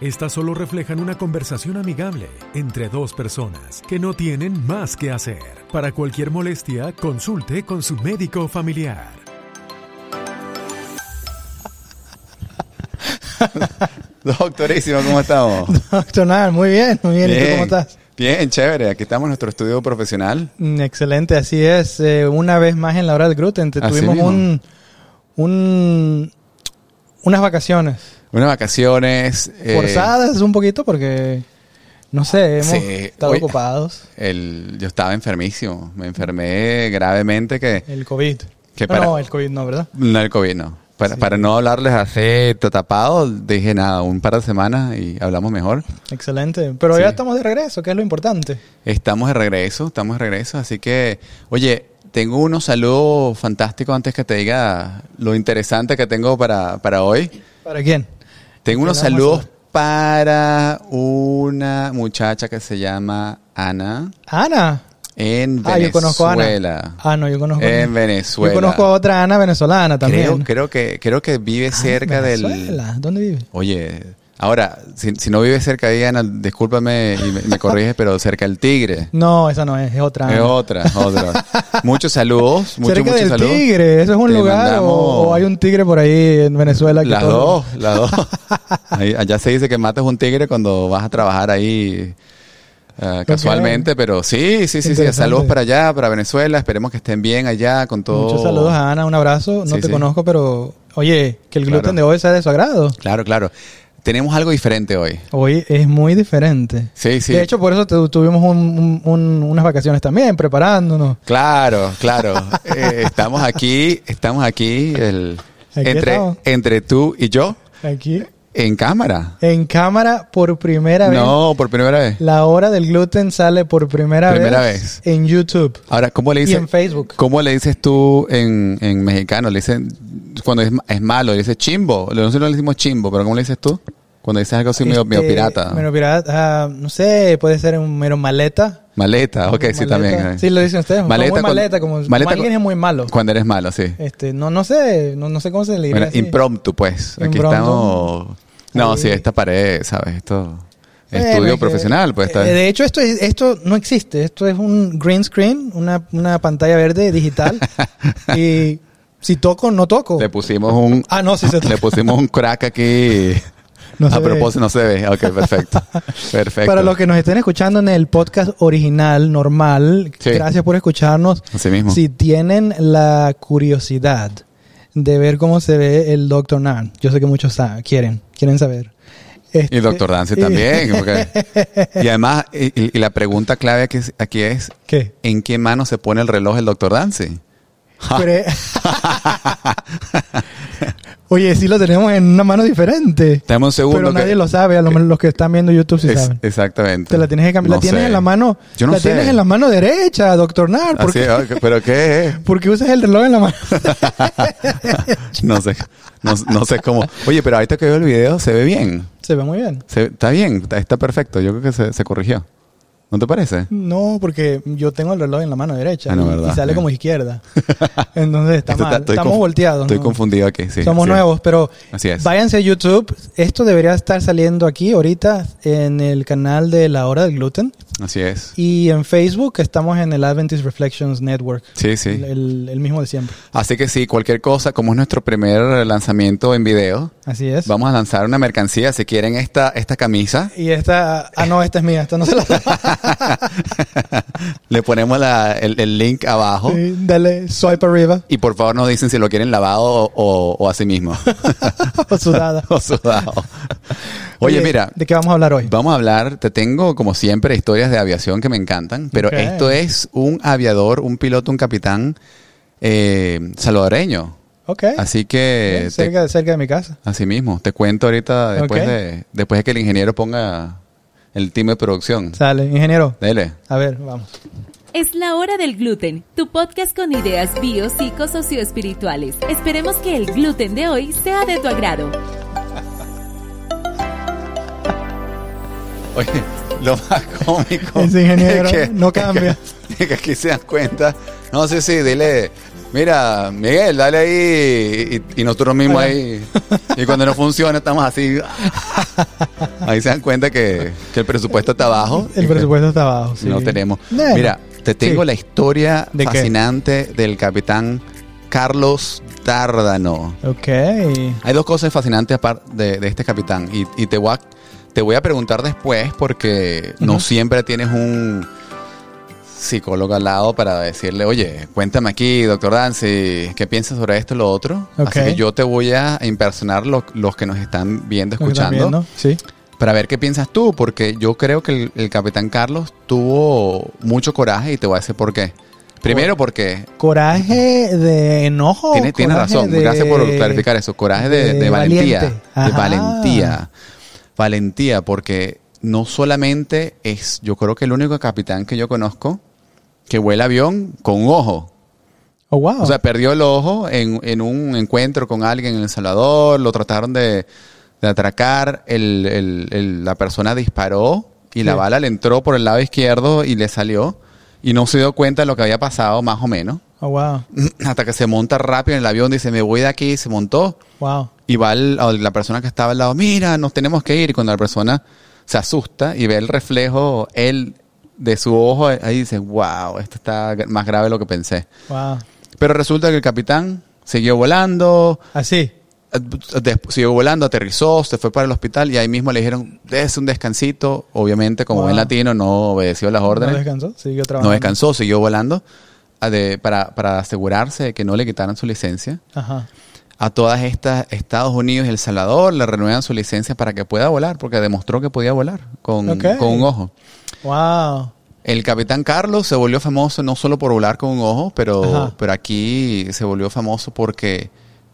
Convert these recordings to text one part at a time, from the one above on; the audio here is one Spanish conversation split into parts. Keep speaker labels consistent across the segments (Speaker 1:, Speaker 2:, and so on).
Speaker 1: Estas solo reflejan una conversación amigable entre dos personas que no tienen más que hacer. Para cualquier molestia, consulte con su médico familiar.
Speaker 2: Doctorísimo, ¿cómo estamos?
Speaker 3: Doctor Nard, muy bien, muy bien. ¿Y tú cómo estás?
Speaker 2: Bien, chévere. Aquí estamos en nuestro estudio profesional.
Speaker 3: Mm, Excelente, así es. Eh, una vez más en la hora del gluten, te
Speaker 2: Así
Speaker 3: tuvimos
Speaker 2: mismo.
Speaker 3: un, un- unas vacaciones
Speaker 2: Unas vacaciones. eh,
Speaker 3: forzadas un poquito porque, no sé, hemos
Speaker 2: sí,
Speaker 3: estado
Speaker 2: oye.
Speaker 3: ocupados.
Speaker 2: el- yo estaba enfermísimo. Me enfermé gravemente que...
Speaker 3: El COVID.
Speaker 2: Que
Speaker 3: No,
Speaker 2: para-
Speaker 3: no, el COVID no, ¿verdad?
Speaker 2: No, el COVID no. Para, para no hablarles así tapado, dije nada, un par de semanas y hablamos mejor.
Speaker 3: Excelente. Pero
Speaker 2: Sí.
Speaker 3: ya estamos de regreso, que es lo importante.
Speaker 2: Estamos de regreso, estamos de regreso. Así que, oye, tengo unos saludos fantásticos antes que te diga lo interesante que tengo para, para hoy.
Speaker 3: ¿Para quién?
Speaker 2: Tengo unos
Speaker 3: Te lo vamos
Speaker 2: saludos para una muchacha que se llama Ana
Speaker 3: Ana.
Speaker 2: en Venezuela.
Speaker 3: Ah, yo conozco a Ana. Ah, no, yo conozco a
Speaker 2: En
Speaker 3: Ana.
Speaker 2: Venezuela.
Speaker 3: Yo conozco a otra Ana venezolana también.
Speaker 2: Creo, creo que, creo que vive
Speaker 3: Ah,
Speaker 2: cerca del...
Speaker 3: Venezuela. ¿Dónde vive?
Speaker 2: Oye, ahora, si, si no vive cerca de Ana, discúlpame y me, me corriges, pero cerca del Tigre.
Speaker 3: No, esa no es, es otra.
Speaker 2: Es
Speaker 3: Ana.
Speaker 2: otra, es otra. muchos saludos, muchos,
Speaker 3: Cerca
Speaker 2: muchos
Speaker 3: del
Speaker 2: saludos.
Speaker 3: tigre, eso es un
Speaker 2: Te
Speaker 3: lugar o,
Speaker 2: mandamos
Speaker 3: o hay un tigre por ahí en Venezuela. que
Speaker 2: Las
Speaker 3: todo-
Speaker 2: dos, las dos. Ahí- allá se dice que matas un tigre cuando vas a trabajar ahí eh, casualmente, pero sí, sí, sí, sí.
Speaker 3: Interesante.
Speaker 2: Saludos para allá, para Venezuela. Esperemos que estén bien allá con todo.
Speaker 3: Muchos saludos a Ana, un abrazo. No
Speaker 2: Sí,
Speaker 3: te
Speaker 2: sí.
Speaker 3: conozco, pero oye, que el gluten
Speaker 2: Claro.
Speaker 3: de hoy sea de su agrado.
Speaker 2: Claro, claro. Tenemos algo diferente hoy.
Speaker 3: Hoy es muy diferente.
Speaker 2: Sí, sí.
Speaker 3: De hecho, por eso tu- tuvimos un- un- un- unas vacaciones también, preparándonos.
Speaker 2: Claro, claro. Eh, estamos aquí, estamos aquí, el,
Speaker 3: Aquí
Speaker 2: entre,
Speaker 3: estamos.
Speaker 2: entre tú y yo,
Speaker 3: Aquí,
Speaker 2: en cámara.
Speaker 3: en cámara, por primera vez.
Speaker 2: No, por primera vez.
Speaker 3: La hora del gluten sale por primera,
Speaker 2: Primera
Speaker 3: vez,
Speaker 2: vez.
Speaker 3: en YouTube
Speaker 2: Ahora, ¿cómo le
Speaker 3: y
Speaker 2: dices?
Speaker 3: en Facebook.
Speaker 2: ¿Cómo le dices tú en, en mexicano? Le dicen, cuando es, es malo, le dices chimbo. Nosotros le decimos chimbo, pero ¿cómo le dices tú? Cuando dices algo así medio, medio
Speaker 3: Este,
Speaker 2: pirata.
Speaker 3: Medio pirata, ah, no sé, puede ser un mero maleta.
Speaker 2: maleta, ok, sí,
Speaker 3: Maleta.
Speaker 2: también. eh.
Speaker 3: Sí, lo dicen ustedes.
Speaker 2: Maleta
Speaker 3: Maleta, muy
Speaker 2: cuando-
Speaker 3: maleta, como, como
Speaker 2: maleta
Speaker 3: alguien
Speaker 2: cu-
Speaker 3: es muy malo.
Speaker 2: Cuando eres malo, sí.
Speaker 3: Este, no, no sé, no, no sé cómo se le diría.
Speaker 2: Bueno,
Speaker 3: así.
Speaker 2: impromptu, pues. Aquí
Speaker 3: Impromptu.
Speaker 2: estamos. No,
Speaker 3: Ahí.
Speaker 2: sí, esta pared, ¿sabes? Esto.
Speaker 3: Bueno,
Speaker 2: estudio
Speaker 3: es que-
Speaker 2: profesional, pues. Está,
Speaker 3: Eh, de hecho, esto, es- esto no existe. Esto es un green screen, una, una pantalla verde digital. y si toco, no toco.
Speaker 2: le pusimos un.
Speaker 3: Ah, no, sí se toca.
Speaker 2: Le pusimos un crack aquí.
Speaker 3: No
Speaker 2: a
Speaker 3: se ve.
Speaker 2: propósito, no se ve. Ok, perfecto. perfecto.
Speaker 3: Para los que nos estén escuchando en el podcast original, normal,
Speaker 2: Sí.
Speaker 3: gracias por escucharnos.
Speaker 2: Así mismo.
Speaker 3: Si tienen la curiosidad de ver cómo se ve el Dr. Nan, yo sé que muchos saben, quieren, quieren saber. Este,
Speaker 2: Y doctor Dance
Speaker 3: y-
Speaker 2: también. porque- Y además, y, y- y la pregunta clave aquí es, aquí es,
Speaker 3: ¿Qué?
Speaker 2: ¿en qué mano se pone el reloj el doctor Dance?
Speaker 3: Pero- Oye, sí lo tenemos en una mano diferente.
Speaker 2: Dame un segundo.
Speaker 3: Pero
Speaker 2: que-
Speaker 3: nadie lo sabe, a lo menos los que están viendo YouTube sí
Speaker 2: Es-
Speaker 3: saben.
Speaker 2: exactamente.
Speaker 3: Te la tienes que cambiar.
Speaker 2: No
Speaker 3: la tienes
Speaker 2: sé.
Speaker 3: en la mano.
Speaker 2: Yo no
Speaker 3: la
Speaker 2: sé.
Speaker 3: tienes en la mano derecha, doctor Nar. ¿Por
Speaker 2: Así
Speaker 3: qué-
Speaker 2: es, ok, ¿Pero qué es?
Speaker 3: por qué usas el reloj en la mano?
Speaker 2: No sé. No, no sé cómo. Oye, pero ahorita que veo el video, se ve bien.
Speaker 3: Se ve muy bien.
Speaker 2: Se- está bien, está, está perfecto. Yo creo que se, se corrigió. ¿No te parece?
Speaker 3: No, porque yo tengo el reloj en la mano derecha
Speaker 2: Ah, no,
Speaker 3: y-
Speaker 2: verdad,
Speaker 3: y sale
Speaker 2: sí.
Speaker 3: como izquierda. Entonces está
Speaker 2: Esto
Speaker 3: mal.
Speaker 2: Este, estoy
Speaker 3: Estamos
Speaker 2: conf-
Speaker 3: volteados.
Speaker 2: Estoy
Speaker 3: ¿no?
Speaker 2: confundido aquí. sí,
Speaker 3: Somos
Speaker 2: sí.
Speaker 3: nuevos, pero
Speaker 2: Así es.
Speaker 3: váyanse a YouTube. Esto debería estar saliendo aquí ahorita en el canal de La Hora del Gluten
Speaker 2: Así es.
Speaker 3: y en Facebook estamos en el Adventist Reflections Network.
Speaker 2: Sí, sí.
Speaker 3: El, el- el mismo de siempre.
Speaker 2: Así que sí, cualquier cosa, como es nuestro primer lanzamiento en video,
Speaker 3: Así es.
Speaker 2: Vamos a lanzar una mercancía. Si quieren esta, esta camisa,
Speaker 3: Y esta, ah no, esta es mía, esta no se la
Speaker 2: le ponemos la- el, el link abajo.
Speaker 3: Sí, Dale swipe arriba
Speaker 2: Y por favor nos dicen si lo quieren lavado o, o- o a sí mismo.
Speaker 3: o sudada.
Speaker 2: o sudado. Oye, mira,
Speaker 3: ¿De qué vamos a hablar hoy?
Speaker 2: vamos a hablar, te tengo como siempre historias de aviación que me encantan, pero
Speaker 3: Ok.
Speaker 2: esto es un aviador, un piloto, un capitán eh, salvadoreño.
Speaker 3: Ok.
Speaker 2: Así que,
Speaker 3: Bien, cerca, cerca de mi casa.
Speaker 2: te- así mismo, te cuento ahorita después,
Speaker 3: Ok.
Speaker 2: de, después de que el ingeniero ponga el team de producción.
Speaker 3: Sale, ingeniero.
Speaker 2: Dele.
Speaker 3: A ver, vamos.
Speaker 4: Es la hora del gluten, tu podcast con ideas bio, psico, socioespirituales. Esperemos que el gluten de hoy sea de tu agrado.
Speaker 2: Oye, lo más cómico.
Speaker 3: Ese ingeniero no cambia.
Speaker 2: Que, que aquí se dan cuenta. No, sí, sí, dile. Mira, Miguel, dale ahí. Y, y nosotros mismos ahí. Y cuando no funciona, estamos así. Ahí se dan cuenta que, que el presupuesto está bajo. y
Speaker 3: El
Speaker 2: que
Speaker 3: presupuesto está bajo. sí.
Speaker 2: Oh, No tenemos.
Speaker 3: Bueno,
Speaker 2: Mira, te tengo
Speaker 3: sí.
Speaker 2: la historia
Speaker 3: ¿De qué?
Speaker 2: fascinante del capitán Carlos Dárdano.
Speaker 3: Ok.
Speaker 2: Hay dos cosas fascinantes apar- de, de este capitán. Y, y te, voy a, te voy a preguntar después porque no
Speaker 3: Ujú.
Speaker 2: siempre tienes un psicólogo al lado para decirle, oye, cuéntame aquí, doctor Dancy, ¿qué piensas sobre esto y lo otro? Así
Speaker 3: Ok.
Speaker 2: que yo te voy a impersonar lo- los que nos están viendo,
Speaker 3: Lo que están
Speaker 2: escuchando,
Speaker 3: viendo, Sí.
Speaker 2: para ver qué piensas tú, porque yo creo que el, el capitán Carlos tuvo mucho coraje y te voy a decir por qué. Primero porque
Speaker 3: Coraje de enojo.
Speaker 2: Tienes, tienes
Speaker 3: Oh, coraje
Speaker 2: razón,
Speaker 3: de-
Speaker 2: gracias por clarificar eso. Coraje de, de
Speaker 3: de
Speaker 2: valentía.
Speaker 3: valiente.
Speaker 2: De
Speaker 3: Ajá.
Speaker 2: valentía. Valentía, porque no solamente es, yo creo que el único capitán que yo conozco que vuela avión con un ojo.
Speaker 3: Oh, wow.
Speaker 2: O sea, perdió el ojo en, en un encuentro con alguien en El Salvador, lo trataron de, de atracar, el- el- el- la persona disparó y la
Speaker 3: Sí.
Speaker 2: bala le entró por el lado izquierdo y le salió y no se dio cuenta de lo que había pasado más o menos
Speaker 3: oh, wow.
Speaker 2: hasta que se monta rápido en el avión, dice, me voy de aquí, se montó,
Speaker 3: Wow.
Speaker 2: y va al- a la persona que estaba al lado, mira, nos tenemos que ir, y cuando la persona se asusta y ve el reflejo, él, de su ojo, ahí dice, wow, esto está gra- más grave de lo que pensé.
Speaker 3: Wow.
Speaker 2: Pero resulta que el capitán siguió volando,
Speaker 3: Así.
Speaker 2: eh, desp- siguió volando, aterrizó, se fue para el hospital, y ahí mismo le dijeron, es un descansito, obviamente, como
Speaker 3: Wow.
Speaker 2: buen latino, no obedeció las
Speaker 3: No
Speaker 2: órdenes.
Speaker 3: descansó. Siguió
Speaker 2: No
Speaker 3: trabajando.
Speaker 2: descansó, siguió volando a de- para, para asegurarse de que no le quitaran su licencia.
Speaker 3: Ajá.
Speaker 2: A todas estas, Estados Unidos y El Salvador le renuevan su licencia para que pueda volar, porque demostró que podía volar con,
Speaker 3: Ok.
Speaker 2: con un ojo.
Speaker 3: Wow.
Speaker 2: El capitán Carlos se volvió famoso no solo por volar con un ojo, pero,
Speaker 3: Ajá.
Speaker 2: pero aquí se volvió famoso porque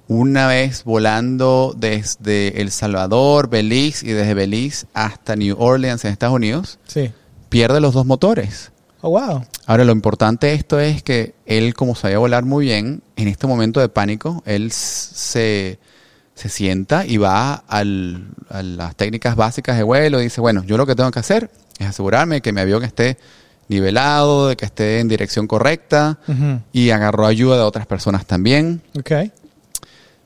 Speaker 2: una vez volando desde El Salvador, Belice y desde Belice hasta New Orleans en Estados Unidos,
Speaker 3: Sí.
Speaker 2: pierde los dos motores.
Speaker 3: Oh, wow.
Speaker 2: Ahora, lo importante de esto es que él, como sabía volar muy bien, en este momento de pánico, él s- se, se sienta y va al- a las técnicas básicas de vuelo y dice, bueno, yo lo que tengo que hacer es asegurarme que mi avión esté nivelado, de que esté en dirección correcta
Speaker 3: Ujú.
Speaker 2: y agarró ayuda de otras personas también.
Speaker 3: Ok.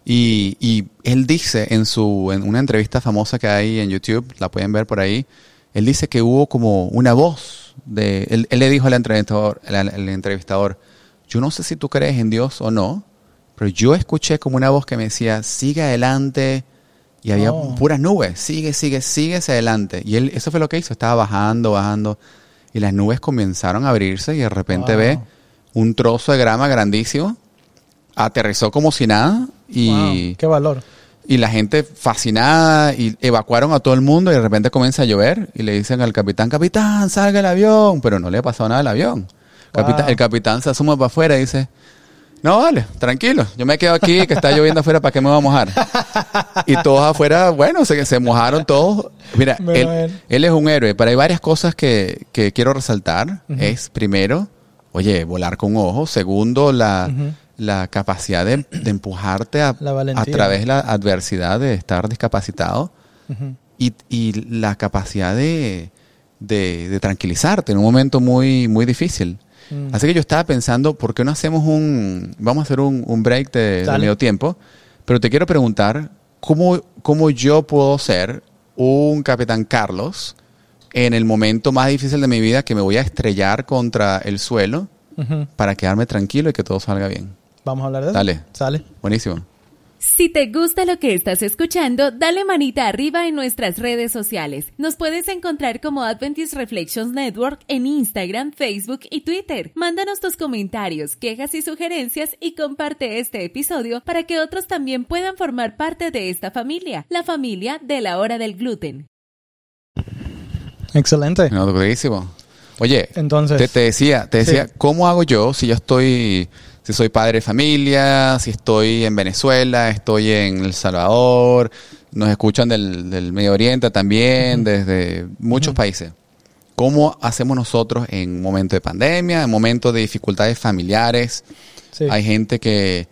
Speaker 2: Y, y él dice en su en una entrevista famosa que hay en YouTube, la pueden ver por ahí, él dice que hubo como una voz de él, él le dijo al entrevistador, al- al- al entrevistador, yo no sé si tú crees en Dios o no, pero yo escuché como una voz que me decía, sigue adelante y había
Speaker 3: Oh.
Speaker 2: puras nubes, sigue, sigue, sigue hacia adelante. Y él eso fue lo que hizo, estaba bajando, bajando y las nubes comenzaron a abrirse y de repente
Speaker 3: Wow.
Speaker 2: ve un trozo de grama grandísimo aterrizó como si nada y,
Speaker 3: Wow. Qué valor.
Speaker 2: y la gente fascinada y evacuaron a todo el mundo y de repente comienza a llover y le dicen al capitán, capitán, salga el avión, pero no le ha pasado nada al avión. Capitán-
Speaker 3: Wow.
Speaker 2: El capitán se asoma para afuera y dice, no, vale, tranquilo, yo me quedo aquí, que está lloviendo afuera, ¿para qué me voy a mojar? Y todos afuera, bueno, se, se mojaron todos. Mira,
Speaker 3: Bueno,
Speaker 2: él,
Speaker 3: él.
Speaker 2: él es un héroe, pero hay varias cosas que, que quiero resaltar. Es, primero, oye, volar con ojo. Segundo, la,
Speaker 3: Ujú.
Speaker 2: la capacidad de, de empujarte a,
Speaker 3: La
Speaker 2: a
Speaker 3: valentía.
Speaker 2: través de la adversidad de estar discapacitado
Speaker 3: Ujú.
Speaker 2: y, y la capacidad de, de- de tranquilizarte en un momento muy, muy difícil.
Speaker 3: Mm.
Speaker 2: Así que yo estaba pensando, ¿por qué no hacemos un... Vamos a hacer un, un break de, de
Speaker 3: Dale.
Speaker 2: medio tiempo, pero te quiero preguntar, ¿cómo, ¿cómo yo puedo ser un capitán Carlos en el momento más difícil de mi vida que me voy a estrellar contra el suelo
Speaker 3: Ujú.
Speaker 2: para quedarme tranquilo y que todo salga bien?
Speaker 3: Vamos a hablar de eso.
Speaker 2: Dale.
Speaker 3: Sale.
Speaker 2: Buenísimo.
Speaker 4: Si te gusta lo que estás escuchando, dale manita arriba en nuestras redes sociales. Nos puedes encontrar como Adventist Reflections Network en Instagram, Facebook y Twitter. Mándanos tus comentarios, quejas y sugerencias y comparte este episodio para que otros también puedan formar parte de esta familia, la familia de la hora del gluten.
Speaker 3: Excelente.
Speaker 2: No, durísimo. Oye,
Speaker 3: Entonces.
Speaker 2: Ah. te, te decía, te
Speaker 3: Pues, Sí.
Speaker 2: decía, ¿cómo hago yo si yo estoy, si soy padre de familia, si estoy en Venezuela, estoy en El Salvador, nos escuchan del, del Medio Oriente también, desde muchos países? cómo hacemos nosotros en un momento de pandemia, en momentos de dificultades familiares.
Speaker 3: Sí,
Speaker 2: Hay gente que,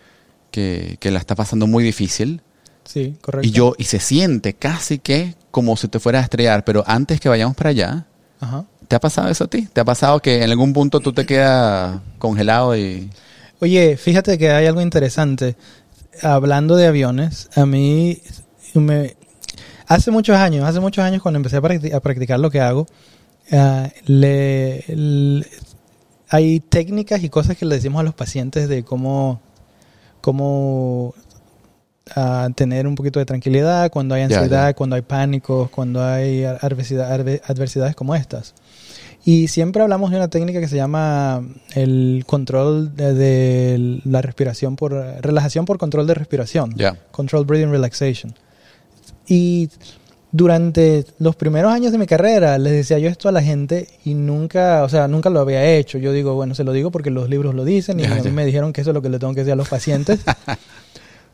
Speaker 2: que- que la está pasando muy difícil
Speaker 3: sí, correcto.
Speaker 2: y, yo, y se siente casi que como si te fuera a estrellar, pero antes que vayamos para allá,
Speaker 3: Ajá.
Speaker 2: ¿te ha pasado eso a ti? ¿Te ha pasado que en algún punto tú te quedas congelado y...
Speaker 3: Oye, fíjate que hay algo interesante. Hablando de aviones, a mí me... Hace muchos años, hace muchos años cuando empecé a, practi- a practicar lo que hago, ah, le- le- hay técnicas y cosas que le decimos a los pacientes de cómo, cómo ah, tener un poquito de tranquilidad cuando hay
Speaker 2: Ya, ya.
Speaker 3: ansiedad, cuando hay pánicos, cuando hay ar- adversidad- arve- adversidades como estas. Y siempre hablamos de una técnica que se llama el control de, de la respiración por relajación por control de respiración.
Speaker 2: Ya.
Speaker 3: Control breathing relaxation. Y durante los primeros años de mi carrera les decía yo esto a la gente y nunca, o sea, nunca lo había hecho. Yo digo, bueno, se lo digo porque los libros lo dicen y
Speaker 2: Ya,
Speaker 3: a mí
Speaker 2: ya.
Speaker 3: me dijeron que eso es lo que le tengo que decir a los pacientes.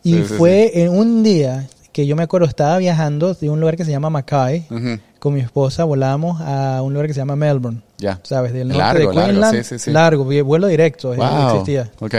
Speaker 3: y
Speaker 2: Sí, sí,
Speaker 3: fue en un día que yo me acuerdo, estaba viajando de un lugar que se llama Mackay
Speaker 2: Ujú,
Speaker 3: con mi esposa, volamos a un lugar que se llama Melbourne.
Speaker 2: Ya.
Speaker 3: ¿Sabes? Del norte
Speaker 2: Largo,
Speaker 3: de
Speaker 2: largo,
Speaker 3: Queensland. Largo,
Speaker 2: sí, sí, sí.
Speaker 3: vi- vuelo directo, eh,
Speaker 2: Wow.
Speaker 3: existía.
Speaker 2: Ok.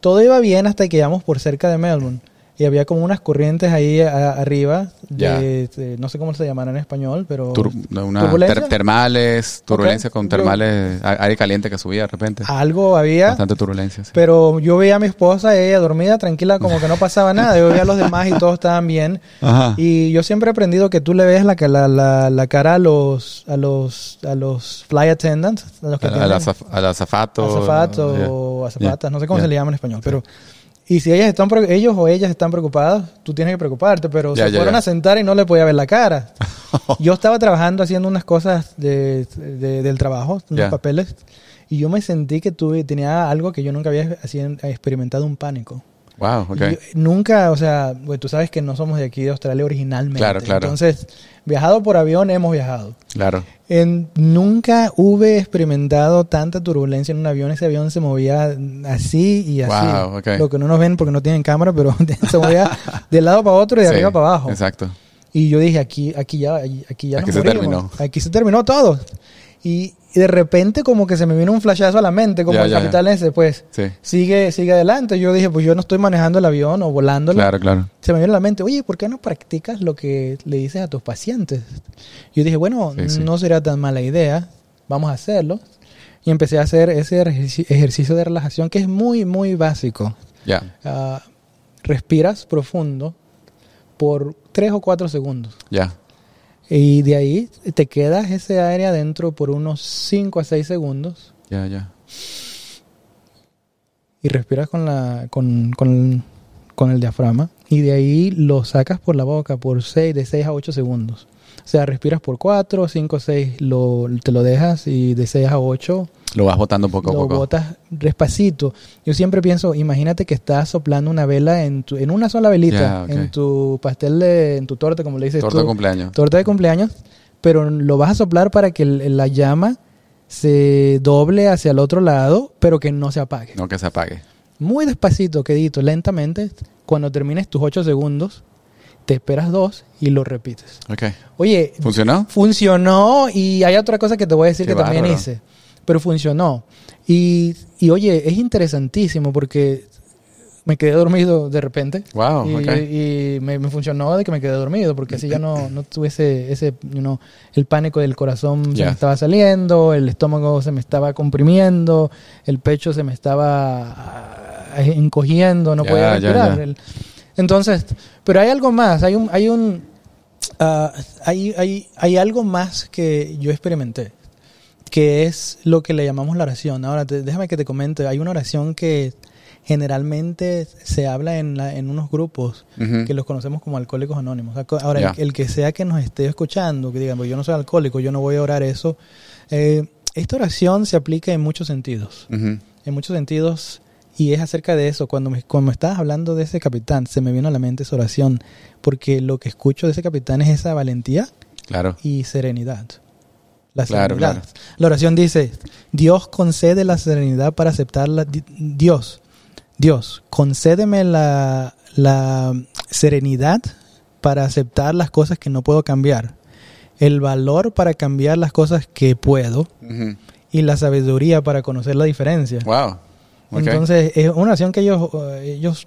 Speaker 3: Todo iba bien hasta que llegamos por cerca de Melbourne. Y había como unas corrientes ahí a- arriba, de, de- no sé cómo se llamarán en español, pero...
Speaker 2: Tur- una
Speaker 3: Oh. ¿Turbulencia?
Speaker 2: ter- termales, turbulencia
Speaker 3: Ok.
Speaker 2: con termales, a- aire caliente que subía de repente.
Speaker 3: Algo había,
Speaker 2: Bastante turbulencia, sí.
Speaker 3: pero yo veía a mi esposa, ella dormida, tranquila, como que no pasaba nada. Yo veía a los demás y todos estaban bien.
Speaker 2: Ajá.
Speaker 3: Y yo siempre he aprendido que tú le ves la, ca- la, la, la cara a los, a los, a los fly attendants, a los que
Speaker 2: Al-
Speaker 3: tienen-
Speaker 2: al azaf- al azafato.
Speaker 3: azafato
Speaker 2: ya.
Speaker 3: o azafatas, no sé cómo
Speaker 2: ya.
Speaker 3: se le llama en español, pero y si ellas están pre- ellos o ellas están preocupados, tú tienes que preocuparte, pero
Speaker 2: Ya,
Speaker 3: se
Speaker 2: ya,
Speaker 3: fueron
Speaker 2: ya.
Speaker 3: a sentar y no le podía ver la cara. yo estaba trabajando haciendo unas cosas de, de- del trabajo, unos
Speaker 2: Ya.
Speaker 3: papeles y yo me sentí que tuve tenía algo que yo nunca había así en- experimentado un pánico.
Speaker 2: Wow, ok.
Speaker 3: Y yo- nunca, o sea, bueno, tú sabes que no somos de aquí de Australia originalmente.
Speaker 2: Claro, claro.
Speaker 3: Entonces, viajado por avión hemos viajado.
Speaker 2: Claro.
Speaker 3: En- nunca hube experimentado tanta turbulencia en un avión. Ese avión se movía así y así.
Speaker 2: Wow, ok.
Speaker 3: Lo que no nos ven porque no tienen cámara, pero se movía de lado para otro y de
Speaker 2: Sí,
Speaker 3: arriba para abajo.
Speaker 2: Exacto.
Speaker 3: Y yo dije, aquí, aquí ya, aquí ya
Speaker 2: Aquí
Speaker 3: nos
Speaker 2: se
Speaker 3: morimos.
Speaker 2: terminó.
Speaker 3: Aquí se terminó todo. Y, y de repente como que se me vino un flashazo a la mente, como
Speaker 2: Ya,
Speaker 3: el
Speaker 2: ya, ya.
Speaker 3: capitán ese, pues,
Speaker 2: Sí.
Speaker 3: sigue, sigue adelante. Yo dije, pues yo no estoy manejando el avión o volándolo
Speaker 2: Claro, claro.
Speaker 3: se me vino a la mente, oye, ¿por qué no practicas lo que le dices a tus pacientes? Yo dije, bueno,
Speaker 2: Sí, sí.
Speaker 3: no será tan mala idea, vamos a hacerlo. Y empecé a hacer ese ejerci- ejercicio de relajación que es muy, muy básico.
Speaker 2: Ya,
Speaker 3: Ah, respiras profundo por 3 o 4 segundos.
Speaker 2: ya.
Speaker 3: Y de ahí te quedas ese aire adentro por unos 5 a 6 segundos
Speaker 2: Ya, ya.
Speaker 3: y respiras con, la, con, con, con el diafragma y de ahí lo sacas por la boca por 6, de 6 a 8 segundos. O sea, respiras por 4, 5, 6, lo, te lo dejas y de 6 a 8
Speaker 2: Lo vas botando poco a
Speaker 3: lo
Speaker 2: poco.
Speaker 3: botas despacito. Yo siempre pienso, imagínate que estás soplando una vela en, tu, en una sola velita,
Speaker 2: Ya, ok.
Speaker 3: en tu pastel, de, en tu torta, como le dices
Speaker 2: Torta de
Speaker 3: tú,
Speaker 2: cumpleaños.
Speaker 3: torta de cumpleaños, pero lo vas a soplar para que el- la llama se doble hacia el otro lado, pero que no se apague
Speaker 2: No que se apague.
Speaker 3: muy despacito, quedito, lentamente, cuando termines tus 8 segundos, te esperas dos y lo repites.
Speaker 2: Ok.
Speaker 3: Oye,
Speaker 2: ¿Funcionó?
Speaker 3: funcionó y hay otra cosa que te voy a decir
Speaker 2: Qué
Speaker 3: que también
Speaker 2: bárbaro.
Speaker 3: hice, pero funcionó. Y, y oye, es interesantísimo porque me quedé dormido de repente.
Speaker 2: Wow,
Speaker 3: y
Speaker 2: ok.
Speaker 3: y me, me funcionó de que me quedé dormido, porque así ya no, no tuve ese, ese you know, el pánico del corazón se
Speaker 2: Ya.
Speaker 3: me estaba saliendo, el estómago se me estaba comprimiendo, el pecho se me estaba ah, encogiendo, no
Speaker 2: Ya,
Speaker 3: podía
Speaker 2: ya,
Speaker 3: respirar.
Speaker 2: ya.
Speaker 3: El- entonces, pero hay algo más, hay un, hay un ah, hay, hay, hay algo más que yo experimenté, que es lo que le llamamos la oración. Ahora, te- déjame que te comente, hay una oración que generalmente se habla en, la- en unos grupos
Speaker 2: Ujú.
Speaker 3: que los conocemos como alcohólicos anónimos. Aco- Ahora,
Speaker 2: Mm. Ya.
Speaker 3: el, el que sea que nos esté escuchando, que digan, pues yo no soy alcohólico, yo no voy a orar eso, eh, esta oración se aplica en muchos sentidos
Speaker 2: Ujú.
Speaker 3: en muchos sentidos y es acerca de eso. Cuando me, cuando me estabas hablando de ese capitán, se me vino a la mente esa oración, porque lo que escucho de ese capitán es esa valentía
Speaker 2: Claro.
Speaker 3: y serenidad. La
Speaker 2: Claro,
Speaker 3: serenidad.
Speaker 2: claro.
Speaker 3: La oración dice, Dios concede la serenidad para aceptar la... di- Dios, Dios, concédeme la, la serenidad para aceptar las cosas que no puedo cambiar el valor para cambiar las cosas que puedo
Speaker 2: Ujú.
Speaker 3: y la sabiduría para conocer la diferencia.
Speaker 2: Wow. Ok.
Speaker 3: Entonces, es una acción que ellos, eh, ellos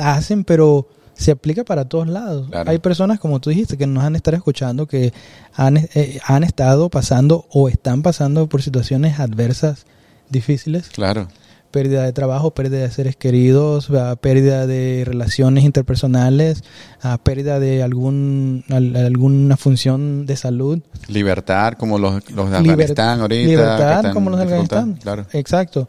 Speaker 3: hacen, pero se aplica para todos lados.
Speaker 2: Claro.
Speaker 3: Hay personas, como tú dijiste, que nos han estado escuchando, que han, eh, han estado pasando o están pasando por situaciones adversas, difíciles,
Speaker 2: Claro.
Speaker 3: pérdida de trabajo, pérdida de seres queridos, ah, pérdida de relaciones interpersonales, ah, pérdida de algún, al- alguna función de salud.
Speaker 2: Libertad, como los, los de
Speaker 3: Liber-
Speaker 2: Afganistán ahorita. que
Speaker 3: Libertad
Speaker 2: están
Speaker 3: como los de
Speaker 2: en dificultad.
Speaker 3: Afganistán.
Speaker 2: Claro.
Speaker 3: Exacto.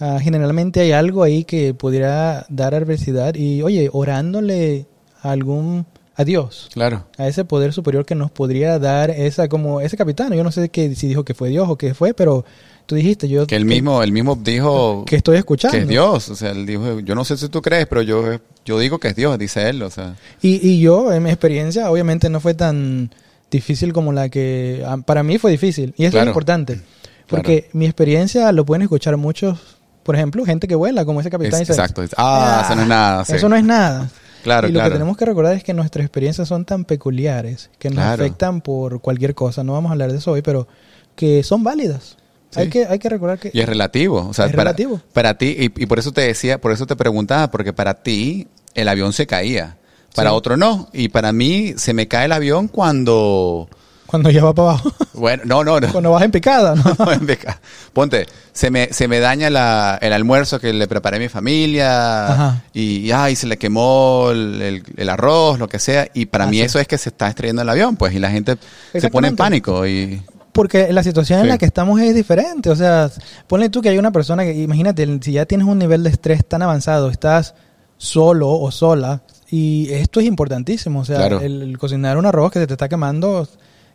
Speaker 3: Ah, generalmente hay algo ahí que pudiera dar adversidad y, oye, orándole a algún a Dios,
Speaker 2: Claro.
Speaker 3: a ese poder superior que nos podría dar esa como ese capitán. Yo no sé que, si dijo que fue Dios o qué fue, pero tú dijiste yo
Speaker 2: Que él mismo, él mismo dijo
Speaker 3: que estoy escuchando.
Speaker 2: que es Dios. O sea, él dijo, yo no sé si tú crees, pero yo, yo digo que es Dios, dice él. O sea,
Speaker 3: Y, y yo, en mi experiencia, obviamente no fue tan difícil como la que... ah, Para mí fue difícil. Y eso
Speaker 2: Claro.
Speaker 3: es importante. Porque mi experiencia lo pueden escuchar muchos, por ejemplo, gente que vuela, como ese
Speaker 2: es-
Speaker 3: capitán. y dice,
Speaker 2: exacto. Es- ah,
Speaker 3: "Ah,
Speaker 2: eso no es nada. sí.
Speaker 3: Eso no es nada.
Speaker 2: Claro,
Speaker 3: y lo
Speaker 2: claro.
Speaker 3: que tenemos que recordar es que nuestras experiencias son tan peculiares, que nos
Speaker 2: Claro.
Speaker 3: afectan por cualquier cosa. No vamos a hablar de eso hoy, pero que son válidas.
Speaker 2: Sí.
Speaker 3: Hay, que, hay que recordar que...
Speaker 2: Y es relativo. O sea,
Speaker 3: Es
Speaker 2: para,
Speaker 3: relativo.
Speaker 2: para ti, y, y por eso te decía, por eso te preguntaba, porque para ti el avión se caía. Para
Speaker 3: Sí.
Speaker 2: otro no. Y para mí se me cae el avión cuando.
Speaker 3: Cuando ya va para abajo,
Speaker 2: Bueno, no, no, no.
Speaker 3: cuando vas en picada, ¿no?
Speaker 2: No, en beca. Ponte, se me, se me daña la- el almuerzo que le preparé a mi familia
Speaker 3: Ajá.
Speaker 2: y, y, ay, se le quemó el, el- el arroz, lo que sea. Y para
Speaker 3: Ah,
Speaker 2: mí
Speaker 3: sí.
Speaker 2: eso es que se está estrellando el avión, pues, y la gente se pone en
Speaker 3: Exactamente.
Speaker 2: pánico. Y,
Speaker 3: Porque la situación
Speaker 2: Sí.
Speaker 3: en la que estamos es diferente. O sea, ponle tú que hay una persona que, imagínate, si ya tienes un nivel de estrés tan avanzado, estás solo o sola, y esto es importantísimo. O sea,
Speaker 2: Claro.
Speaker 3: el, el cocinar un arroz que se te está quemando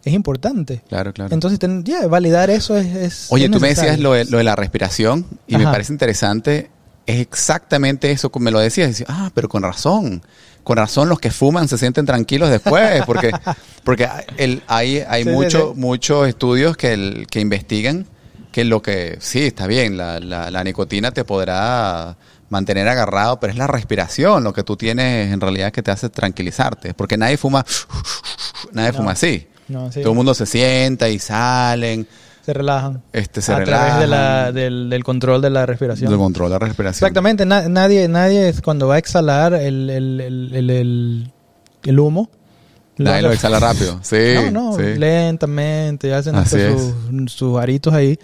Speaker 3: es importante.
Speaker 2: claro, claro.
Speaker 3: Entonces, ten- ya, validar eso es. es-
Speaker 2: Oye,
Speaker 3: es
Speaker 2: tú me decías
Speaker 3: necesario.
Speaker 2: lo de, lo de la respiración y me
Speaker 3: Ajá.
Speaker 2: parece interesante. Es exactamente eso como me lo decías. Dices, ah, pero con razón. Con razón los que fuman se sienten tranquilos después, porque, porque el- hay, hay
Speaker 3: Sí, sí,
Speaker 2: mucho-
Speaker 3: sí.
Speaker 2: muchos estudios que, el- que investigan que lo que, sí, está bien, la, la- la nicotina te podrá mantener agarrado, pero es la respiración lo que tú tienes en realidad que te hace tranquilizarte, porque nadie fuma, nadie
Speaker 3: No.
Speaker 2: fuma así.
Speaker 3: No, sí,
Speaker 2: Todo el mundo se sienta y salen.
Speaker 3: se relajan.
Speaker 2: Este, se
Speaker 3: a
Speaker 2: relajan.
Speaker 3: través de la- del, del control de la respiración.
Speaker 2: Del control de la respiración.
Speaker 3: Exactamente, na- nadie, nadie es cuando va a exhalar el, el, el, el, el- el humo.
Speaker 2: Nadie
Speaker 3: va
Speaker 2: lo
Speaker 3: a-
Speaker 2: exhala rápido. Sí.
Speaker 3: no, no,
Speaker 2: sí.
Speaker 3: lentamente, hacen hasta
Speaker 2: Así
Speaker 3: sus, sus aritos ahí.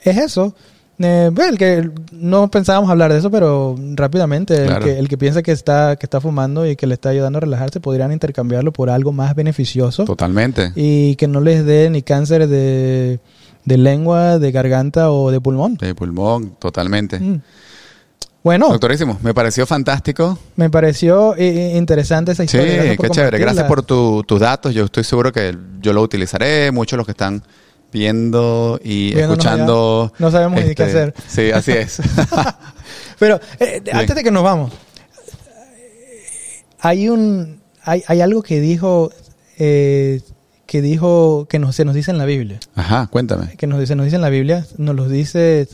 Speaker 3: Es eso. Eh, ve, el que no pensábamos hablar de eso, pero rápidamente el,
Speaker 2: Claro.
Speaker 3: que, el que piensa que está, que está fumando y que le está ayudando a relajarse podrían intercambiarlo por algo más beneficioso
Speaker 2: Totalmente.
Speaker 3: y que no les dé ni cáncer de, de lengua, de garganta o de pulmón.
Speaker 2: De pulmón, totalmente.
Speaker 3: Mm. Bueno,
Speaker 2: Doctorísimo, me pareció fantástico.
Speaker 3: me pareció eh, eh, interesante esa
Speaker 2: Sí,
Speaker 3: historia.
Speaker 2: qué
Speaker 3: Gracias por
Speaker 2: chévere. Gracias
Speaker 3: compartirla.
Speaker 2: por tu- tus datos. Yo estoy seguro que yo lo utilizaré. Muchos de los que están viendo y
Speaker 3: Viéndonos
Speaker 2: escuchando. este,
Speaker 3: allá. No sabemos ni qué hacer.
Speaker 2: Sí, así es.
Speaker 3: Pero eh,
Speaker 2: Bien.
Speaker 3: antes de que nos vamos, hay un hay, hay algo que dijo eh, que dijo que nos, se nos dice en la Biblia,
Speaker 2: Ajá, cuéntame.
Speaker 3: que nos se nos dice en la Biblia, nos lo dice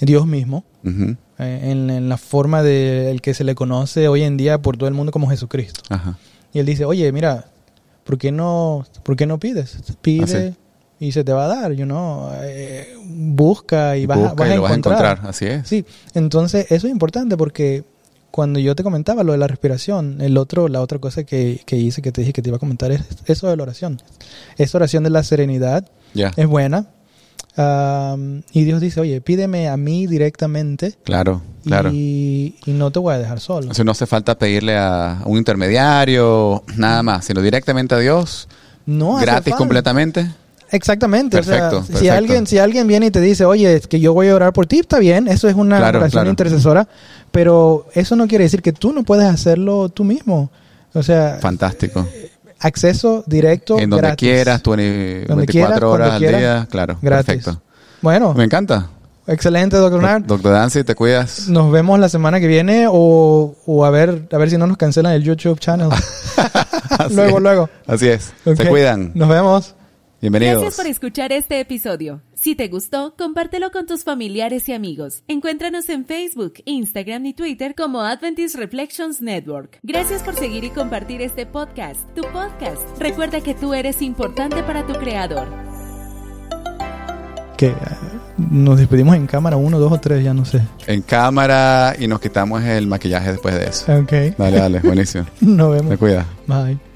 Speaker 3: Dios mismo
Speaker 2: Ujú,
Speaker 3: eh, en, en la forma de el que se le conoce hoy en día por todo el mundo como Jesucristo.
Speaker 2: Ajá.
Speaker 3: Y él dice, "Oye, mira, ¿por qué no por qué no pides? Pide
Speaker 2: Ah, sí.
Speaker 3: y se te va a dar, you know, eh, busca y vas, a-
Speaker 2: Busca
Speaker 3: vas
Speaker 2: y
Speaker 3: a
Speaker 2: lo vas a
Speaker 3: encontrar.
Speaker 2: encontrar. Así es.
Speaker 3: Sí, entonces eso es importante porque cuando yo te comentaba lo de la respiración, el otro, la otra cosa que, que hice, que te dije que te iba a comentar, es eso de la oración. Esa oración de la serenidad
Speaker 2: Ya.
Speaker 3: es buena. Am, y Dios dice, oye, pídeme a mí directamente
Speaker 2: Claro, claro.
Speaker 3: y, y no te voy a dejar solo.
Speaker 2: O sea, no hace falta pedirle a un intermediario, nada más, sino directamente a Dios,
Speaker 3: No hace
Speaker 2: gratis
Speaker 3: falta.
Speaker 2: completamente.
Speaker 3: Exactamente. o sea,
Speaker 2: Perfecto,
Speaker 3: si,
Speaker 2: perfecto.
Speaker 3: alguien, si alguien viene y te dice, oye, es que yo voy a orar por ti, está bien, eso es una
Speaker 2: Claro,
Speaker 3: oración
Speaker 2: claro.
Speaker 3: intercesora, pero eso no quiere decir que tú no puedes hacerlo tú mismo. O sea,
Speaker 2: Fantástico.
Speaker 3: acceso directo.
Speaker 2: En donde
Speaker 3: Eh, gratis.
Speaker 2: quieras, tú
Speaker 3: Donde
Speaker 2: 24
Speaker 3: quieras, cuando
Speaker 2: horas al
Speaker 3: quieras,
Speaker 2: día, claro.
Speaker 3: Gratis. Oh.
Speaker 2: Perfecto.
Speaker 3: Bueno,
Speaker 2: Me encanta.
Speaker 3: excelente, doctor Nard.
Speaker 2: Doctor Dancy, te cuidas.
Speaker 3: Nos vemos la semana que viene o, o a ver a ver si no nos cancelan el YouTube channel.
Speaker 2: Así
Speaker 3: luego,
Speaker 2: es.
Speaker 3: luego.
Speaker 2: Así es.
Speaker 3: Ok.
Speaker 2: Se cuidan.
Speaker 3: Nos vemos.
Speaker 2: Bienvenidos.
Speaker 4: Gracias por escuchar este episodio. Si te gustó, compártelo con tus familiares y amigos. Encuéntranos en Facebook, Instagram y Twitter como Adventist Reflections Network. Gracias por seguir y compartir este podcast, tu podcast. Recuerda que tú eres importante para tu creador.
Speaker 3: Que ah, nos despedimos en cámara uno, dos o tres, ya no sé.
Speaker 2: En cámara y nos quitamos el maquillaje después de eso.
Speaker 3: Ok.
Speaker 2: Dale, dale, buenísimo.
Speaker 3: Nos
Speaker 2: Te
Speaker 3: vemos.
Speaker 2: cuidas.
Speaker 3: Bye.